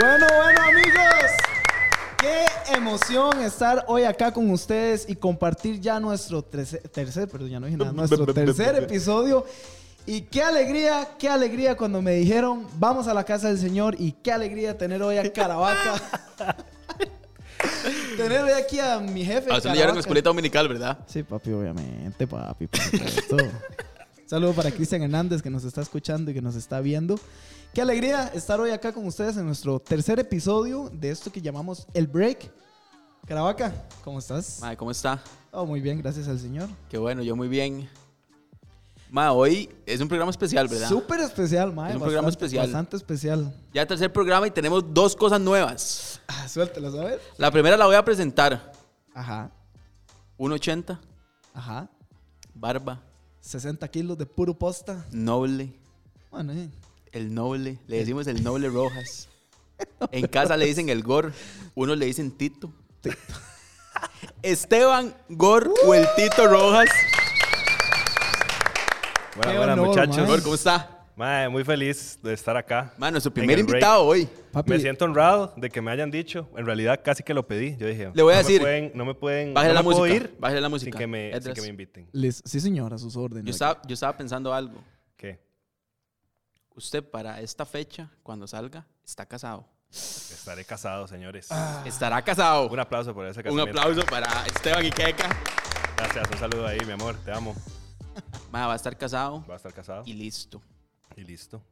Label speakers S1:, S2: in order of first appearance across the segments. S1: Bueno, bueno, amigos. Qué emoción estar hoy acá con ustedes y compartir ya nuestro trece- tercer, perdón, ya no dije nada, nuestro tercer episodio. Y qué alegría, qué alegría cuando me dijeron, vamos a la casa del Señor y qué alegría tener hoy a Caravaca. tener hoy aquí a mi jefe.
S2: A Ah, usted le llevaron a
S1: Caravaca.
S2: escuelita dominical, ¿verdad?
S1: Sí, papi, obviamente, papi. por supuesto. Saludo para Cristian Hernández que nos está escuchando y que nos está viendo. Qué alegría estar hoy acá con ustedes en nuestro tercer episodio de esto que llamamos El Break. Caravaca, ¿cómo estás?
S2: Mae, ¿cómo está?
S1: Oh, muy bien, gracias al Señor.
S2: Qué bueno, yo muy bien. Ma, hoy es un programa especial, ¿verdad?
S1: Súper especial, mae.
S2: Es un programa
S1: bastante-
S2: especial.
S1: Bastante especial.
S2: Ya tercer programa y tenemos dos cosas nuevas.
S1: Ah, suéltela, ¿sabes?
S2: La primera la voy a presentar.
S1: Ajá,
S2: 1.80,
S1: ajá.
S2: barba,
S1: 60 kilos de puro posta.
S2: noble,
S1: Bueno, eh,
S2: el noble, le decimos el noble Rojas. En casa le dicen el Gor, unos le dicen Tito. Esteban Gor o el Tito Rojas.
S1: Qué
S3: Buenas, buenas
S1: honor,
S3: muchachos.
S1: mae.
S2: Gor, ¿cómo está?
S3: Mae, muy feliz de estar acá.
S2: Mano, nuestro
S3: En
S2: primer
S3: el break.
S2: invitado hoy.
S1: papi.
S3: Me siento honrado de que me hayan dicho. En realidad casi que lo pedí. Yo dije,
S2: Le voy a
S3: no
S2: decir,
S3: Me pueden, no me pueden.
S2: bájale
S3: no
S2: la
S3: me puedo
S2: música,
S3: ir
S2: bájale la música.
S3: Sin que me, sin
S2: Edras.
S3: que me inviten.
S1: Les- Sí, señora, sus órdenes.
S2: Yo estaba, yo estaba pensando algo.
S3: ¿Qué?
S2: Usted para esta fecha, cuando salga, está casado.
S3: Estaré casado, señores.
S2: Estará casado.
S3: Un aplauso por ese
S2: Ah. Un
S3: casamiento.
S2: aplauso para Esteban Iqueca.
S3: Gracias, un saludo ahí, mi amor. Te amo.
S2: Ma, va a estar casado
S3: Va a estar casado.
S2: y listo.
S3: Y listo.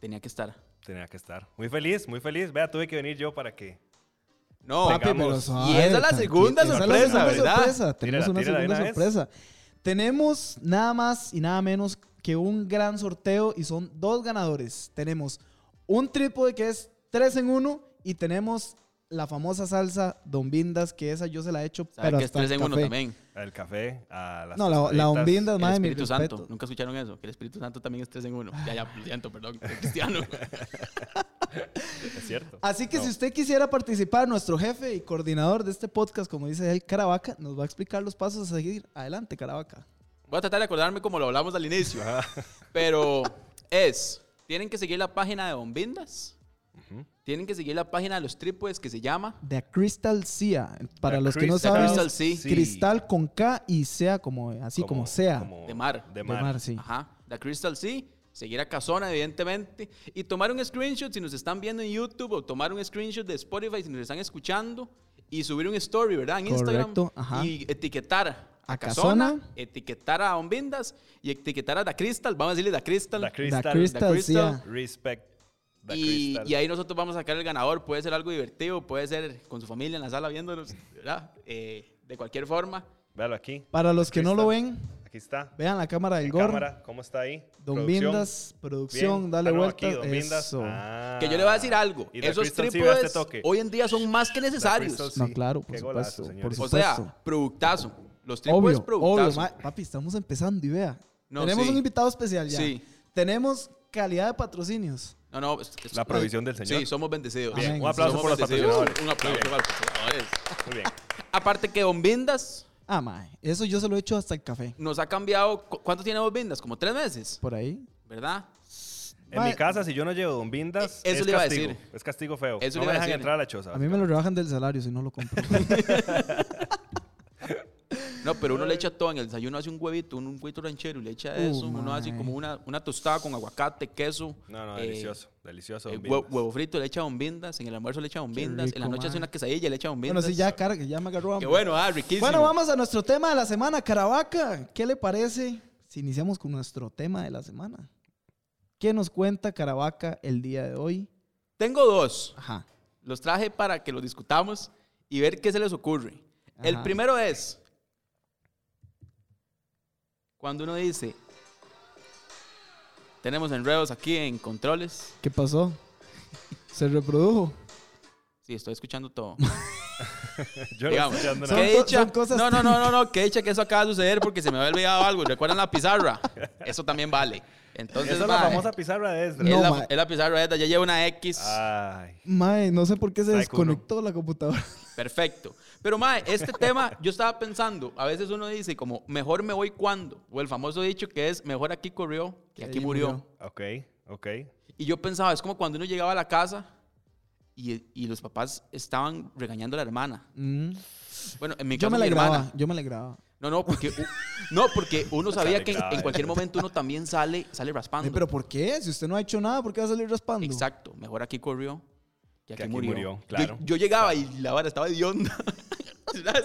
S2: Tenía que estar.
S3: Tenía que estar. Muy feliz, muy feliz. Vea, tuve que venir yo para que.
S2: No,
S1: Ah,
S3: Venga.
S2: papi,
S3: Digamos,
S1: suave,
S2: y esa es la
S1: tranqui- esa
S2: segunda
S1: es la
S2: sorpresa,
S1: segunda
S2: ¿verdad?
S1: sorpresa, Tenemos
S3: Tírala,
S1: una
S3: tírala
S1: segunda
S3: de una vez.
S1: sorpresa. Tenemos nada más y nada menos que un gran sorteo y son dos ganadores. Tenemos un trípode que es tres en uno y tenemos la famosa salsa Don Bindas, que esa yo se la he hecho,
S2: sabe
S1: pero
S2: que es
S1: hasta el
S2: tres en uno
S1: café.
S2: también.
S3: Al café, a las.
S1: No, la, la Don
S3: tostaditas.
S1: Bindas,
S2: El
S1: madre, mi
S2: Espíritu Santo.
S1: respeto.
S2: Nunca escucharon eso. Que el Espíritu Santo también es tres en uno. Ya, ya, lo siento, perdón. soy Cristiano.
S3: Es cierto.
S1: Así que
S3: No.
S1: si usted quisiera participar, nuestro jefe y coordinador de este podcast, como dice él, Caravaca, nos va a explicar los pasos a seguir. Adelante, Caravaca.
S2: Voy a tratar de acordarme como lo hablamos al inicio.
S3: Ajá.
S2: Pero es, tienen que seguir la página de Bombindas.
S3: Ujú.
S2: Tienen que seguir la página de los trípodes que se llama
S1: The Crystal Sea. Para
S3: The
S1: los que no
S3: Crystal
S1: saben, es-
S2: Crystal Sea
S3: Sí.
S1: Cristal con K y sea como así como, sea.
S3: como
S2: De mar.
S3: De
S1: de
S3: mar. Ah,
S1: mar, sí.
S2: Ajá, The Crystal Sea. Seguir a Casona, evidentemente. Y tomar un screenshot si nos están viendo en YouTube o tomar un screenshot de Spotify si nos están escuchando. Y subir un story, ¿verdad? En Instagram.
S1: Correcto, ajá.
S2: Y etiquetar a,
S1: A
S2: Casona,
S1: Casona.
S2: etiquetar a Bombindas y etiquetar a Da Crystal. Vamos a decirle Da Crystal.
S3: Da
S1: The
S3: Crystal. Da
S1: Crystal
S2: Crystal.
S1: Sea.
S3: Respect. Da
S2: y,
S3: Crystal.
S2: y ahí nosotros vamos a sacar el ganador. Puede ser algo divertido, puede ser con su familia en la sala viéndonos, ¿verdad? Eh, de cualquier forma.
S3: Véalo aquí.
S1: Para los que no lo ven,
S3: Aquí está.
S1: vean la cámara del
S3: En
S1: gorro.
S3: cámara, ¿cómo está ahí?
S1: Don
S3: Producción.
S1: Vindas, producción,
S3: Bien.
S1: dale
S3: Ah, no,
S1: vuelta.
S3: aquí, Don Vindas.
S1: Eso.
S3: Ah.
S2: Que yo le voy a decir algo.
S3: Y The
S2: Esos
S3: Crystal sí, vea
S2: trípodes
S3: este toque.
S2: hoy en día son más que necesarios.
S3: Crystal sí.
S1: No, claro, por
S3: Qué
S1: supuesto.
S3: golazo,
S1: por
S3: señores.
S2: O
S1: supuesto.
S2: sea, productazo. Los trípodes
S1: obvio, obvio,
S2: productazo.
S1: ma- papi, estamos empezando y vea.
S2: No,
S1: Tenemos
S2: sí.
S1: un invitado especial ya.
S2: Sí.
S1: Tenemos calidad de patrocinios.
S2: no, no, es- es-
S3: La provisión del Señor.
S2: Sí, somos bendecidos.
S1: Bien, Amén.
S3: un aplauso
S2: Somos
S3: por los
S2: bendecidos.
S3: patrocinadores.
S2: Un aplauso
S3: Bien.
S2: por los patrocinadores.
S3: Muy bien.
S2: Aparte que Bombindas
S1: Ah, mae, eso yo se lo he hecho hasta el café.
S2: nos ha cambiado. ¿cu- ¿Cuánto tiene Bombindas? Como tres meses,
S1: Por ahí.
S2: ¿verdad?
S3: En
S1: Ma-
S3: mi casa, si yo no llevo Don Vindas,
S2: Eh, eso
S3: es
S2: le iba a
S3: castigo.
S2: decir.
S3: Es castigo feo.
S2: Eso le iba
S3: no me
S2: a
S3: dejan
S2: decir.
S3: entrar a la choza.
S1: A mí me lo rebajan del salario si no lo compro.
S2: No, pero uno le echa todo. En el desayuno hace un huevito, un, un huevito ranchero y le echa
S1: Uh,
S2: eso. Uno hace
S1: mae.
S2: como una, una tostada con aguacate, queso.
S3: No, no,
S2: eh,
S3: delicioso. Delicioso.
S2: eh,
S3: Don
S2: hue-
S3: Vindas.
S2: huevo frito le echa bombinas, en el almuerzo le echa bombinas, en la
S1: rico,
S2: noche hace
S1: mae.
S2: una quesadilla y le echa
S1: bueno,
S2: bombinas.
S1: sí, ya, cara, que ya me agarró
S2: Qué
S1: hambre.
S2: bueno, ah, riquísimo.
S1: Bueno, vamos a nuestro tema de la semana, Caravaca. ¿Qué le parece si iniciamos con nuestro tema de la semana? ¿Qué nos cuenta Caravaca el día de hoy?
S2: Tengo dos.
S1: Ajá.
S2: Los traje para que los discutamos y ver qué se les ocurre. El
S1: Ajá.
S2: primero es cuando uno dice tenemos enredos aquí en controles.
S1: ¿Qué pasó? ¿Se reprodujo?
S2: Sí, estoy escuchando todo.
S3: Yo no
S2: Digamos,
S3: estoy echando nada.
S1: ¿Qué?
S2: que
S1: to-
S2: dicha,
S1: son cosas
S2: no, no, no, no, no, que dicha que eso acaba de suceder porque se me había olvidado algo. ¿Recuerdan la pizarra? Eso también vale. Entonces,
S3: Esa es la
S2: mae,
S3: famosa pizarra de
S2: es,
S3: Esdras.
S1: No,
S2: la,
S1: mae.
S2: es la pizarra esta, ya lleva una X.
S3: Ah, Ay.
S1: Mae, no sé por qué se
S3: Ay,
S1: desconectó la computadora.
S2: Perfecto. Pero, mae, este tema, yo estaba pensando, a veces uno dice como, mejor me voy cuando, o el famoso dicho que es, mejor aquí corrió que
S1: Que
S2: aquí
S1: ahí
S2: murió.
S1: murió.
S3: Ok, ok.
S2: Y yo pensaba, es como cuando uno llegaba a la casa y, y los papás estaban regañando a la hermana.
S1: Mm.
S2: Bueno, en mi caso,
S1: Yo me la
S2: mi
S1: grababa,
S2: hermana.
S1: yo me la grababa.
S2: No, no, porque, u- no, porque uno sabía que en, en cualquier momento uno también sale, sale
S1: Ay,
S2: raspando.
S1: Pero ¿por qué? Si usted no ha hecho nada, ¿por qué va a salir raspando?
S2: Ah. Exacto, mejor aquí corrió que aquí,
S3: aquí
S2: murió.
S3: murió,
S2: Yo-
S3: claro.
S2: Yo, llegaba y la vara estaba hedionda.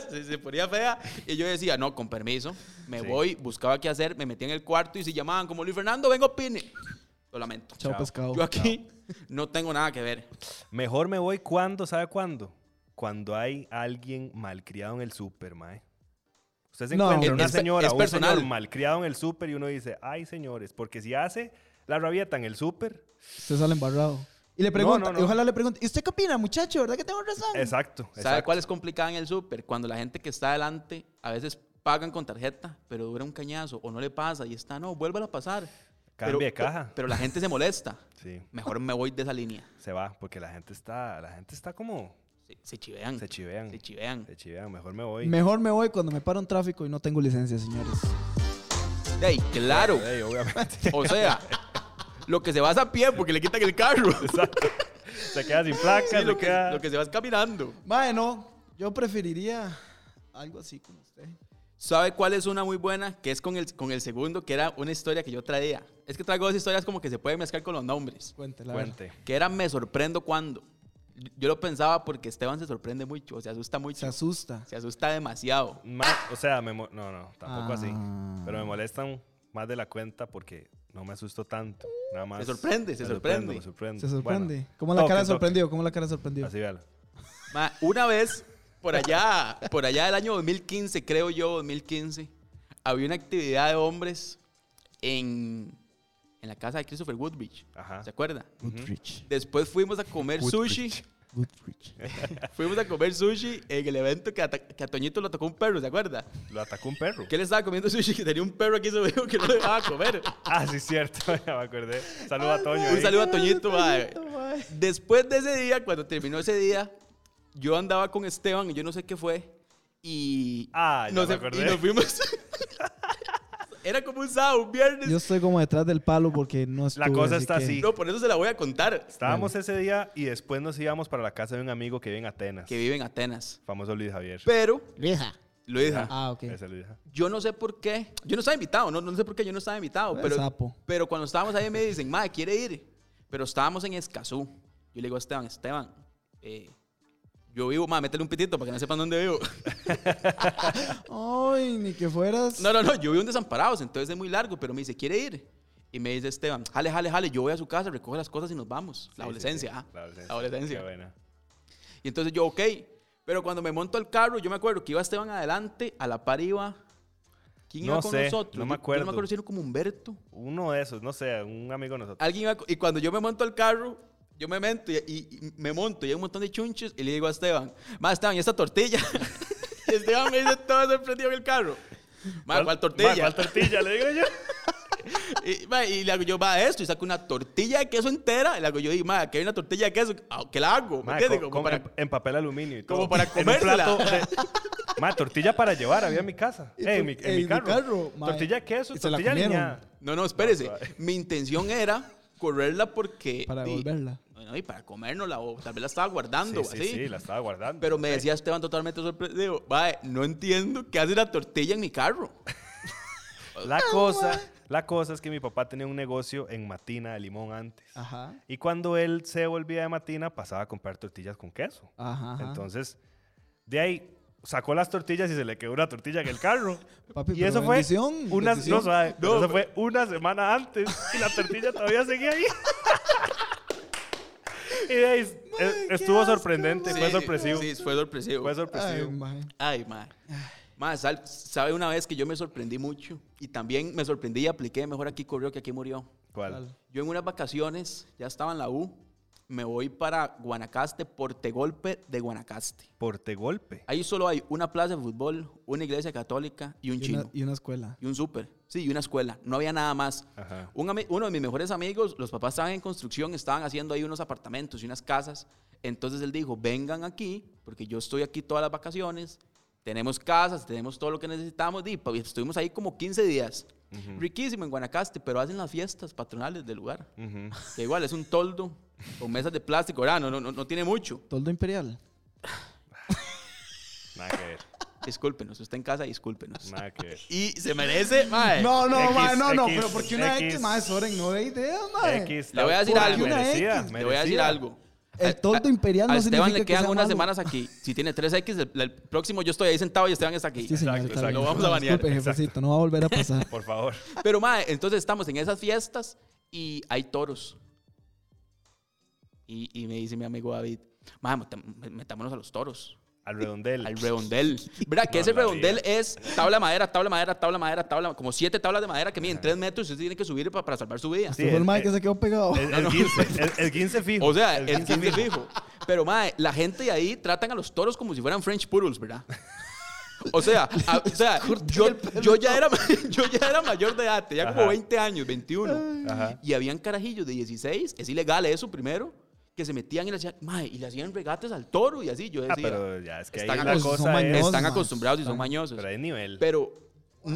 S2: se, se ponía fea y yo decía, no, con permiso, me
S3: Sí.
S2: voy, buscaba qué hacer, me metía en el cuarto y si llamaban como Luis Fernando, vengo, pine. Lo lamento.
S1: Chao,
S3: Chao.
S1: pescado.
S2: Yo aquí no tengo nada que ver.
S3: Mejor me voy cuando, ¿sabe cuándo? Cuando hay alguien malcriado en el súper, mae. Usted se
S1: No,
S3: encuentra
S1: es-
S3: una
S2: es pe-
S3: señora
S2: es
S3: o un señor
S2: personal.
S3: malcriado en el súper y uno dice, ay, señores, porque si hace la rabieta en el súper,
S1: Usted sale embarrado. Y le pregunta,
S3: no, no.
S1: y ojalá le pregunte, ¿y usted qué opina, muchacho? ¿Verdad que tengo razón?
S3: exacto,
S2: ¿Sabe
S3: exacto.
S2: cuál es complicada en el súper? Cuando la gente que está adelante a veces pagan con tarjeta, pero dura un cañazo o no le pasa y está, no, vuélvala a pasar.
S3: Cambie
S2: Pero-
S3: de caja.
S2: Pero la gente se molesta.
S3: Sí,
S2: Mejor me voy de esa línea.
S3: se va, porque la gente está, la gente está como,
S2: Se, se chivean.
S3: se chivean,
S2: Se chivean.
S3: se chivean, mejor me voy.
S1: Mejor me voy cuando me paro en tráfico y no tengo licencia, señores.
S2: Ey, claro.
S3: Ey, obviamente.
S2: O sea, lo que se va es a pie porque le quitan el carro.
S3: exacto. Se queda sin placa,
S2: Sí, lo,
S3: se
S2: que,
S3: queda...
S2: lo que se va es caminando.
S1: Bueno, yo preferiría algo así como usted.
S2: ¿Sabe cuál es una muy buena? Que es con el, con el segundo, que era una historia que yo traía. Es que traigo dos historias como que se pueden mezclar con los nombres.
S1: Cuéntela. a ver.
S3: Cuente.
S2: Que era Me sorprendo cuando. Yo lo pensaba porque Esteban se sorprende mucho, se asusta
S1: Se
S2: mucho.
S1: asusta.
S2: Se asusta demasiado.
S3: Ma- o sea, me mo- no, no, tampoco así.
S1: Ah.
S3: Pero me molestan más de la cuenta porque no me asusto tanto. Nada más.
S2: Se sorprende, se
S3: me sorprendo,
S2: sorprende.
S3: me sorprende.
S1: Se sorprende.
S3: Bueno,
S1: ¿Cómo la
S3: toque,
S1: cara de
S3: toque.
S1: sorprendido? ¿Cómo la cara de sorprendido?
S3: Así véalo.
S2: Ma, una vez, por allá, por allá del año 2015, creo yo, 2015, había una actividad de hombres en, en la casa de Christopher Woodbridge.
S3: Ajá.
S2: ¿Se acuerda?
S1: Goodrich.
S2: Después fuimos a comer sushi.
S1: Goodrich.
S2: Fuimos a comer sushi en el evento que a, Ta- que a Toñito lo atacó un perro, ¿se acuerda?
S3: Lo atacó un perro.
S2: Que él estaba comiendo sushi que tenía un perro aquí sobre él que no le dejaba comer.
S3: Ah, sí, cierto. ya me acordé. Saludo
S1: Ah,
S3: a Toño.
S2: Un
S3: ahí.
S2: saludo a Toñito, mae.
S1: mae.
S2: Después de ese día, cuando terminó ese día, yo andaba con Esteban y yo no sé qué fue. Y,
S3: Ah, ya
S2: nos, em-,
S3: me acordé.
S2: y nos fuimos. Era como un sábado, un viernes.
S1: Yo estoy como detrás del palo porque no estoy.
S3: La cosa está así.
S2: No, por eso se la voy a contar.
S3: Estábamos ese día y después nos íbamos para la casa de un amigo que vive en Atenas.
S2: Que vive en Atenas.
S3: Famoso Luis Javier.
S2: Pero,
S1: Vieja.
S2: Luis,
S1: Ah, ok.
S3: Ese Luis.
S2: yo no sé por qué. Yo no estaba invitado, no, no sé por qué yo no estaba invitado.
S1: El
S2: Pero,
S1: sapo.
S2: pero cuando estábamos ahí me dicen, madre, ¿quiere ir? Pero estábamos en Escazú. Yo le digo a Esteban, Esteban, eh, yo vivo, madre, métele un pitito para que no sepan dónde vivo.
S1: Ay, ni que fueras.
S2: No, no, no, yo vivo en Desamparados, entonces es muy largo, pero me dice, ¿quiere ir? Y me dice Esteban, jale, jale, jale, yo voy a su casa, recoge las cosas y nos vamos. la adolescencia, ah,
S3: La adolescencia.
S2: La adolescencia.
S3: Qué buena.
S2: Y entonces yo, ok, pero cuando me monto al carro, yo me acuerdo que iba Esteban adelante, a la par iba... ¿Quién iba
S3: No
S2: con
S3: sé,
S2: nosotros?
S3: no me
S2: Yo- Yo
S3: acuerdo.
S2: no me acuerdo si era como Humberto.
S3: Uno de esos, no sé, un amigo de nosotros.
S2: Alguien iba co- y cuando yo me monto al carro, yo me meto y, y- y me monto y hay un montón de chunches y le digo a Esteban, más Esteban, ¿y esta tortilla? Y Esteban me dice todo sorprendido en el carro. Más, ¿cuál tortilla?
S3: Ma, ¿Cuál tortilla? Le digo yo.
S2: Y, ma, y le hago yo, va esto, y saco una tortilla de queso entera. Y le hago yo, y ma, que hay una tortilla de queso, ah, ¿qué la hago? ¿Me
S3: Ma,
S2: entiendes?
S3: con-
S2: Como
S3: con-
S2: para-
S3: en- en papel aluminio y todo.
S2: como para
S3: En un
S2: comérsela.
S3: plato de- Ma, tortilla para llevar, había en mi casa.
S1: Y
S3: Eh,
S1: tu-
S3: en mi, en
S1: eh,
S3: mi
S1: mi
S3: carro.
S1: carro, ma.
S3: tortilla de queso,
S1: Y se la
S3: tortilla
S1: comieron.
S3: aliñada.
S2: No, no, espérese.
S3: No, suave.
S2: Mi intención era correrla porque.
S1: Para
S2: y-
S1: devolverla.
S2: Bueno, y para comérnosla, o tal vez la estaba guardando,
S3: Sí, sí,
S2: así.
S3: sí, la estaba guardando.
S2: Pero me decía Esteban totalmente sorprendido, va, no entiendo qué hace la tortilla en mi carro.
S3: La cosa, la cosa es que mi papá tenía un negocio en Matina de Limón antes.
S1: Ajá.
S3: Y cuando él se volvía de Matina, pasaba a comprar tortillas con queso.
S1: Ajá. ajá.
S3: Entonces, de ahí sacó las tortillas y se le quedó una tortilla en el carro.
S1: Papi,
S3: y
S1: pero
S3: eso fue,
S1: bendición,
S3: una,
S1: bendición.
S3: no, suave, pero
S2: No,
S3: eso
S2: pero-
S3: fue una semana antes y la tortilla todavía seguía ahí. y de ahí es-
S1: Mae, qué
S3: estuvo
S1: asco,
S3: sorprendente, fue
S2: Sí,
S3: sorpresivo.
S2: Sí, fue sorpresivo.
S3: Fue
S1: Ay,
S3: sorpresivo.
S1: mae.
S2: Ay, ma. Ma, sal- sabe una vez que yo me sorprendí mucho y también me sorprendí y apliqué mejor aquí corrió que aquí murió.
S3: ¿Cuál?
S2: Yo en unas vacaciones, ya estaba en la U, me voy para Guanacaste, Portegolpe de Guanacaste.
S3: Portegolpe.
S2: Ahí solo hay una plaza de fútbol, una iglesia católica y un
S1: Y una,
S2: chino.
S1: y una escuela.
S2: Y un súper. Sí, y una escuela. No había nada más.
S3: Ajá.
S2: Un ami- uno de mis mejores amigos, los papás estaban en construcción, estaban haciendo ahí unos apartamentos y unas casas. Entonces él dijo, vengan aquí, porque yo estoy aquí todas las vacaciones, tenemos casas, tenemos todo lo que necesitamos. Y pa- estuvimos ahí como 15 días. Riquísimo en Guanacaste, pero hacen las fiestas patronales del lugar.
S3: Ujú.
S2: Que igual es un toldo con mesas de plástico, ¿verdad? No, no, no, no tiene mucho.
S1: Toldo Imperial.
S3: Nada que ver.
S2: Discúlpenos, usted en casa, discúlpenos.
S3: Nada que ver.
S2: Y se merece, mae.
S1: No, no,
S3: X,
S1: mae, no, no,
S3: X,
S1: pero porque una X,
S3: X.
S1: mae, Soren, no de ideas, mae.
S3: X,
S2: Le voy a decir
S3: tal
S2: algo.
S3: cual, merecida,
S1: Una X.
S2: Le voy a decir
S3: merecida.
S2: algo.
S1: El toldo imperial no
S2: A Esteban
S1: significa
S2: le
S1: que
S2: quedan
S1: sea
S2: unas
S1: malo.
S2: semanas aquí. Si tiene 3X, el, el próximo yo estoy ahí sentado y Esteban está aquí.
S1: Sí, señor,
S3: Exacto,
S1: está bien.
S2: lo vamos a banear.
S1: Disculpe, jefecito, no va a volver a pasar.
S3: Por favor.
S2: Pero, mae, entonces estamos en esas fiestas y hay toros. Y, y me dice mi amigo David, mae, metam- metámonos a los toros,
S3: Al redondel.
S2: al redondel. ¿Verdad? Que ese
S3: Barbaridad.
S2: redondel es tabla de madera, tabla de madera, tabla de madera, tabla, como siete tablas de madera que miden tres metros y usted tiene que subir pa- para, salvar su vida.
S3: Sí,
S1: Este fue el
S3: el-
S1: mae que se quedó pegado.
S3: El, el 15, el, el 15 fijo.
S2: O sea, el
S3: 15
S2: 15 fijo. Pero, mae, la gente de ahí tratan a los toros como si fueran French Poodles, ¿verdad? O sea, a- o sea yo, yo ya era, yo ya era mayor de edad, tenía como
S3: Ajá.
S2: 20 años, 21.
S3: Ajá.
S2: Y habían carajillos de 16, es ilegal eso primero, que se metían y le hacían, mae, y le hacían regates al toro y así. Yo decía,
S3: Ah, pero ya, es que
S2: Están
S3: ahí la
S2: acos-
S1: son
S3: cosa es...
S1: mañosos.
S2: están
S1: mae,
S2: acostumbrados y son
S1: están-
S2: mañosos.
S3: Pero hay nivel.
S2: Pero mm,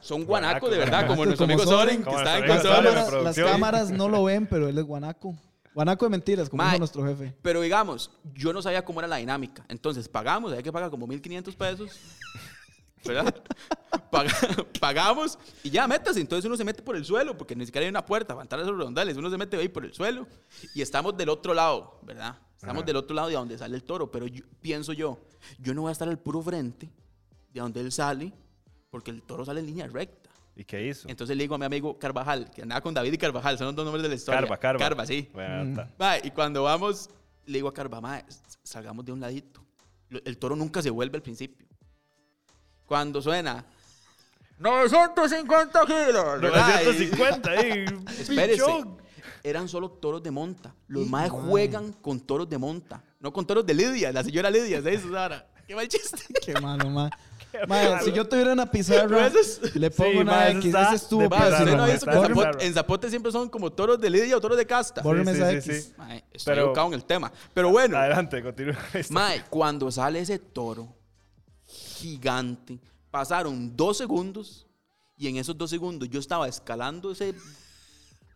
S2: son guanacos de verdad,
S3: Guanacos,
S2: como
S1: guanacos,
S2: nuestro
S1: como
S2: amigo
S1: Soren,
S2: Soren, que
S3: como
S2: está en
S3: nuestro
S1: Las
S3: amigo Soren.
S2: Soren.
S1: cámaras, las
S3: producción.
S1: cámaras no lo ven, pero él es guanaco. Guanaco de mentiras, como
S2: Mae.
S1: dijo nuestro jefe.
S2: Pero digamos, yo no sabía cómo era la dinámica. Entonces pagamos, había que pagar como 1.500 pesos. ¿Verdad? Pag- pagamos y ya métase. Entonces uno se mete por el suelo, porque ni siquiera hay una puerta, van a estar esos rondales. Uno se mete ahí por el suelo y estamos del otro lado, ¿verdad? Estamos
S3: Ajá.
S2: del otro lado de donde sale el toro. Pero yo- pienso yo, yo no voy a estar al puro frente de donde él sale, porque el toro sale en línea recta.
S3: ¿Y qué hizo?
S2: Entonces le digo a mi amigo Carvajal, que andaba con David y Carvajal, son los dos nombres de la historia.
S3: Carva, carva.
S2: Carva, sí. Mm.
S3: Bueno, está.
S2: Mae, y cuando vamos, le digo a Carva, "Mae, s- salgamos de un ladito. Lo- El toro nunca se vuelve al principio. Cuando suena, 950 kilos. ¿verdad? Y-
S3: 950 ahí.
S2: Espérese.
S3: pichón.
S2: Eran solo toros de monta. Los maes juegan con toros de monta. No con toros de Lidia, la señora Lidia, ¿sabes? Sara? Qué mal chiste.
S1: Qué malo, mae.
S3: Qué
S1: Mae,
S3: malo.
S1: si yo tuviera una pizarra,
S2: Pero eso es-
S1: le pongo
S3: Sí,
S1: una
S3: mae, eso
S1: X.
S3: está
S1: Ese
S3: de
S1: estuvo
S2: Mae,
S3: raro,
S2: ¿usted
S1: pésimo.
S2: no ha
S3: mae,
S2: visto que en
S3: está
S1: Bórreme-
S3: bien
S2: Zapote,
S3: raro.
S2: en Zapote siempre son como toros de Lidia o toros de casta?
S1: Bórreme
S3: Sí,
S1: esa
S3: sí, sí,
S1: X.
S3: sí.
S2: Mae, estoy
S3: Pero-
S2: educado en el tema. Pero bueno.
S3: Adelante, continúa.
S2: Mae, cuando sale ese toro gigante, pasaron dos segundos y en esos dos segundos yo estaba escalando ese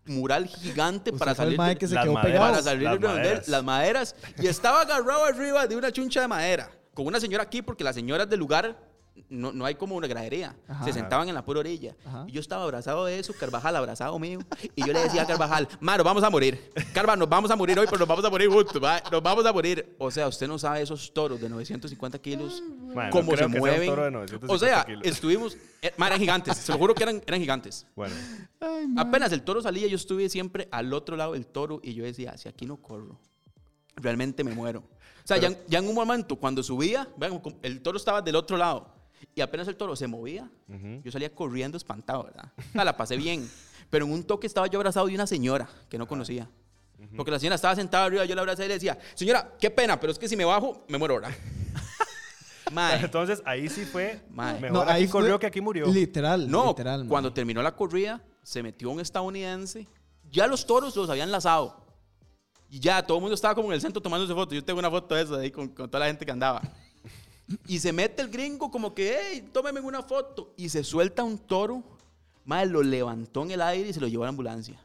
S2: mural gigante
S1: Usted
S2: para
S1: fue
S2: salir,
S1: el mae
S2: de-
S1: que se
S3: las
S1: quedó
S3: maderas.
S1: pegado.
S2: para salir
S3: Las
S2: del redondel,
S3: maderas.
S2: las maderas y estaba agarrado arriba de una chuncha de madera con una señora aquí porque las señoras del lugar no, no hay como una gradería.
S1: Ajá.
S2: Se sentaban en la pura orilla.
S1: Ajá.
S2: Y yo estaba abrazado de eso, Carvajal abrazado mío. Y yo le decía a Carvajal, Maro, vamos a morir. Carva, nos vamos a morir hoy, pero nos vamos a morir juntos. ma, Nos vamos a morir. O sea, usted no sabe esos toros de 950 kilos,
S3: Mae, no
S2: cómo se
S3: creo que sea un
S2: mueven.
S3: toro de 950
S2: o sea,
S3: kilos.
S2: estuvimos. eh, ma, eran gigantes, se lo juro que eran, eran gigantes.
S3: Bueno,
S2: Apenas el toro salía, yo estuve siempre al otro lado del toro y yo decía, si aquí no corro, realmente me muero. O sea, ya, ya en un momento, cuando subía, vean, como el toro estaba del otro lado y apenas el toro se movía, yo salía corriendo espantado, ¿verdad? O sea, la pasé bien. Pero en un toque estaba yo abrazado de una señora que no conocía. Porque la señora estaba sentada arriba, yo la abrazé y le decía, señora, qué pena, pero es que si me bajo, me muero ahora. Mae.
S3: entonces ahí sí fue
S2: Mae.
S3: mejor aquí
S1: fue-
S3: corrió que aquí murió.
S1: Literal,
S2: No,
S1: literal. mae.
S2: cuando terminó la corrida, se metió un estadounidense. Ya los toros los habían lazado. Y ya todo el mundo estaba como en el centro tomándose fotos. Yo tengo una foto de eso ahí con, con toda la gente que andaba. Y se mete el gringo como que, hey, tómeme una foto. Y se suelta un toro. Madre, lo levantó en el aire y se lo llevó a la ambulancia.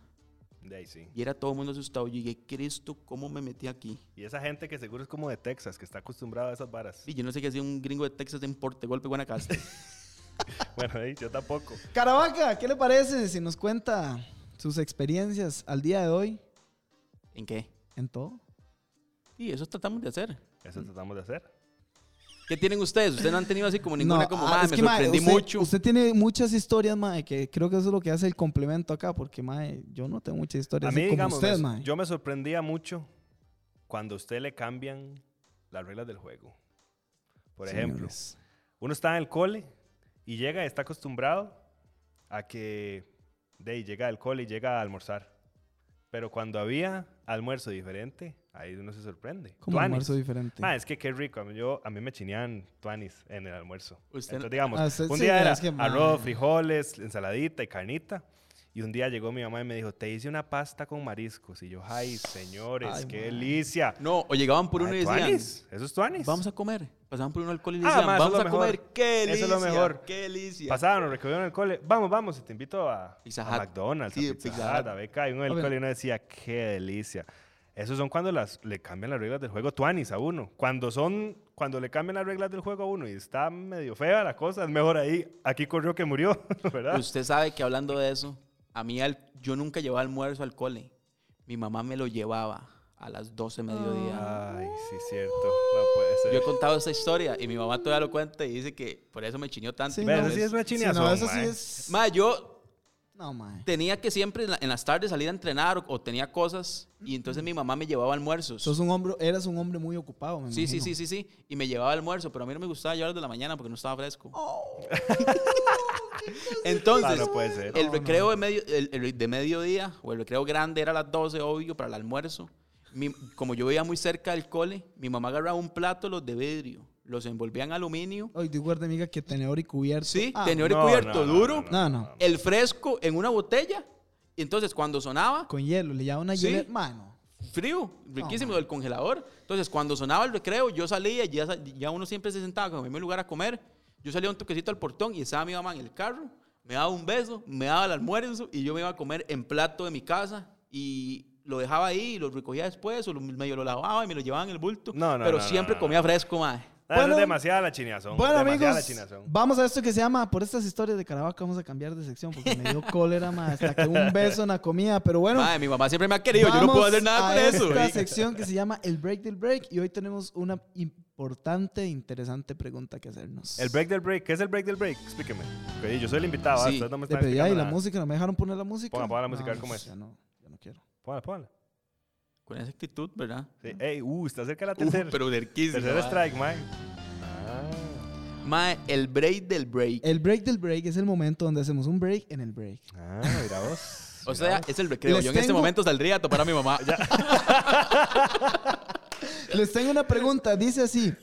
S3: De ahí sí.
S2: Y era todo el mundo asustado. Yo dije, Cristo, ¿cómo me metí aquí?
S3: Y esa gente que seguro es como de Texas, que está acostumbrada a esas varas.
S2: Y yo no sé qué hacía un gringo de Texas en Porte Golpe, Guanacaste.
S3: Bueno, ahí yo tampoco.
S1: Caravaca, ¿qué le parece si nos cuenta sus experiencias al día de hoy
S2: ¿En qué?
S1: en todo?
S2: Y eso tratamos de hacer.
S3: Eso tratamos de hacer.
S2: ¿Qué tienen ustedes? Ustedes no han tenido así como ninguna
S1: No,
S2: como,
S1: ah,
S2: "Mae,
S1: es
S2: me
S1: que, mae,
S2: sorprendí
S1: usted-
S2: mucho.
S1: Usted tiene muchas historias, mae, que creo que eso es lo que hace el complemento acá, porque, mae, yo no tengo muchas historias
S3: A
S1: así
S3: mí,
S1: como
S3: digamos,
S1: usted,
S3: me-
S1: mae.
S3: yo me sorprendía mucho cuando a usted le cambian las reglas del juego. Por ejemplo,
S1: Señores.
S3: uno está en el cole y llega, está acostumbrado a que de ahí llega al cole y llega a almorzar. Pero cuando había almuerzo diferente, ahí uno se sorprende.
S1: Como
S3: Tuanis.
S1: almuerzo diferente.
S3: Ah, es que qué rico. A mí, yo, a mí me chinean tuanis en el almuerzo.
S2: Usted-
S3: Entonces, digamos,
S1: Ah, usted-
S3: un
S1: sí,
S3: día era
S1: es que, ma.
S3: arroz, frijoles, ensaladita y carnita. Y un día llegó mi mamá y me dijo, te hice una pasta con mariscos. Y yo, ay, señores,
S1: Ay,
S3: qué
S1: ma.
S3: delicia.
S2: No, o llegaban por uno y
S3: Ay,
S2: decían,
S3: tuanis, Eso es tuanis.
S2: vamos a comer. Pasaban por uno alcohol y
S3: Ah,
S2: decían,
S3: ma, eso es
S2: vamos
S3: lo
S2: a
S3: mejor.
S2: comer. ¡Qué
S3: Eso
S2: delicia!
S3: es lo mejor.
S2: ¡Qué delicia!
S3: Pasaban, nos recogieron en el cole. Vamos, vamos. Y te invito a,
S2: Pizza
S3: a
S2: Hut.
S3: McDonald's,
S2: Sí,
S3: a Pizza
S2: Pizza
S3: Hut, a BK. Y uno del
S1: Obvio.
S3: cole y uno decía, qué delicia. Esos son cuando las, le cambian las reglas del juego tuanis a uno. Cuando son, cuando le cambian las reglas del juego a uno y está medio fea la cosa, es mejor ahí, aquí corrió que murió, ¿verdad?
S2: Usted sabe que hablando de eso, a mí al- yo nunca llevaba almuerzo al cole. Mi mamá me lo llevaba a las 12 de mediodía.
S3: Ay, sí, cierto. No puede ser.
S2: Yo he contado esa historia y mi mamá todavía lo cuenta y dice que por eso me chiñó tanto.
S1: Sí,
S3: Ve,
S1: no,
S3: eso sí
S1: es-
S3: es una
S1: sí,
S3: chineazón,
S1: no, eso sí
S3: mae.
S1: es.
S2: Ma, yo
S1: No, mae.
S2: tenía que siempre en, la- en las tardes salir a entrenar o, o tenía cosas y entonces mi mamá me llevaba almuerzos.
S1: Sos un hombre, eras un hombre muy ocupado, me
S2: Sí, sí,
S1: imagino.
S2: sí, sí, sí. Y me llevaba almuerzo, pero a mí no me gustaba llevarlo de la mañana porque no estaba fresco.
S3: Ah,
S2: Entonces,
S3: no puede ser.
S2: el
S1: pues. No,
S2: recreo De, medio, el- el de mediodía o el recreo grande era a las 12, obvio, para el almuerzo. Mi- como yo veía muy cerca del cole, mi mamá agarraba un plato, los de vidrio, los envolvía en aluminio.
S1: Ay, di guarda, amiga, que tenedor y cubierto.
S2: Sí,
S1: Ah,
S2: tenedor
S3: No,
S2: y cubierto
S3: no, no,
S2: duro,
S1: No,
S3: no,
S1: no.
S2: el fresco en una botella. Y entonces, cuando sonaba,
S1: Con hielo, le llama una
S2: Sí.
S1: hielera. Mano.
S2: frío, riquísimo,
S1: man.
S2: del congelador. Entonces, cuando sonaba el recreo, yo salía, ya, sa- ya uno siempre se sentaba como en mi lugar a comer. Yo salía un toquecito al portón y estaba mi mamá en el carro, me daba un beso, me daba el almuerzo y yo me iba a comer en plato de mi casa y lo dejaba ahí y lo recogía después o lo- medio lo lavaba y me lo llevaba en el bulto.
S3: No, no,
S2: pero
S3: no, no,
S2: siempre
S3: no, no.
S2: comía fresco, mae.
S3: Ah,
S1: Bueno,
S3: eso es demasiada la chineazón.
S1: Bueno,
S3: demasiada
S1: amigos,
S3: la chineazón.
S1: vamos a esto que se llama Por estas historias de Caravaca. Vamos a cambiar de sección porque me dio cólera, mae. Hasta que un beso en la comida. Pero bueno.
S2: Mae, mi mamá siempre me ha querido, yo no
S1: vamos
S2: puedo hacer nada
S1: a
S2: con eso.
S1: Esta
S2: güey.
S1: sección que se llama El Break del Break. Y hoy tenemos una importante e interesante pregunta que hacernos.
S3: El break del break. ¿Qué es el break del break? Explíqueme. Ok, yo soy el invitado. ah,
S2: Sí.
S3: ustedes no me
S1: Le
S3: están
S1: pedí ahí
S3: explicando
S1: la
S3: nada.
S1: música, no me dejaron poner la música.
S3: Ponga, ponga la música, a ver
S1: No,
S3: cómo es.
S1: Ya no, ya no quiero.
S3: Póngala, póngala.
S2: Con esa actitud, ¿verdad?
S3: Sí. Ey, uh, está cerca de la
S2: Uh,
S3: tercera.
S2: pero derquísimo.
S3: Tercer
S2: mae.
S3: strike, Mike.
S2: Ah. Mae, el break del break.
S1: El break del break es el momento donde hacemos un break en el break.
S3: Ah, mira vos.
S2: O sea, es el recreo.
S1: Les
S2: Yo en este
S1: tengo-
S2: momento saldría a topar a mi mamá.
S1: Les tengo una pregunta, dice así.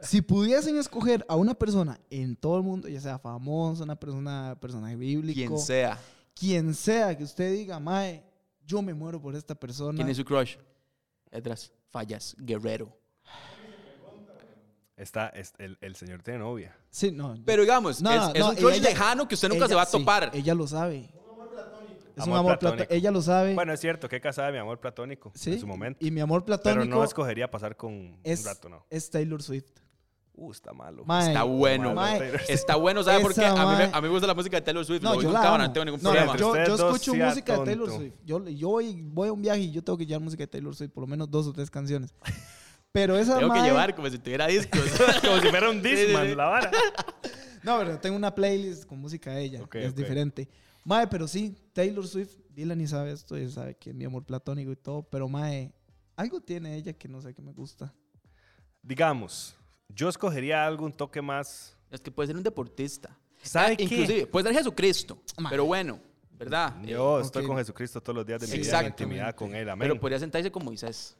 S1: Si pudiesen escoger a una persona en todo el mundo, ya sea famosa, una persona, personaje bíblico,
S2: Quien sea.
S1: quien sea que usted diga, mae, yo me muero por esta persona.
S2: ¿Quién es su crush? Edras, Fallas, Guerrero.
S3: Está, es- el, el señor tiene novia.
S1: Sí, no.
S2: Pero digamos,
S1: No,
S2: es,
S1: no,
S2: es
S1: no,
S2: un
S1: y
S2: crush
S1: ella-
S2: lejano que usted nunca
S1: ella-
S2: se va a
S1: sí,
S2: topar.
S1: ella lo sabe. Es un
S3: Amor
S1: amor platónico.
S3: platónico.
S1: Ella lo sabe.
S3: Bueno, es cierto, que casada de mi amor platónico
S1: sí.
S3: en su momento.
S1: Y mi amor platónico
S3: Pero no escogería pasar con
S1: es,
S3: un rato, no.
S1: es Taylor Swift.
S3: Uh, está malo.
S1: Mae,
S2: Está bueno.
S1: mae,
S3: Taylor Swift.
S2: Está bueno, ¿sabe por
S1: Esa
S2: qué? A mí, me,
S1: mae-
S2: a mí me gusta la música de Taylor Swift.
S1: No,
S2: lo
S1: yo
S2: oigo en
S1: la
S2: cámara,
S1: amo.
S2: no tengo ningún
S1: No,
S2: problema.
S1: Yo,
S3: Entre
S1: yo
S3: ustedes dos,
S1: escucho
S3: sea
S1: música de Taylor
S3: tonto.
S1: Swift. Yo, yo voy, voy a un viaje y yo tengo que llevar música de Taylor Swift, por lo menos dos o tres canciones. Pero esa
S2: tengo que
S1: mae-
S2: llevar como si tuviera discos.
S3: Como si fuera un
S2: Sí, sí, sí.
S3: Disman, la vara.
S1: No, pero tengo una playlist con música de ella.
S3: Ok,
S1: es
S3: ok.
S1: diferente. Mae, pero sí, Taylor Swift, Dylan y sabe esto, y sabe que es mi amor platónico y todo, pero Mae, algo tiene ella que no sé que me gusta.
S3: Digamos, yo escogería algo un toque más.
S2: es que puede ser un deportista.
S3: ¿Sabe
S2: Ah,
S3: qué?
S2: Inclusive, puede ser Jesucristo.
S1: Mae.
S2: Pero bueno, ¿verdad? Eh,
S3: Yo estoy
S1: ok.
S3: con Jesucristo todos los días de mi vida, en
S2: Exactamente.
S3: intimidad con él, amén.
S2: pero podría sentarse con Moisés.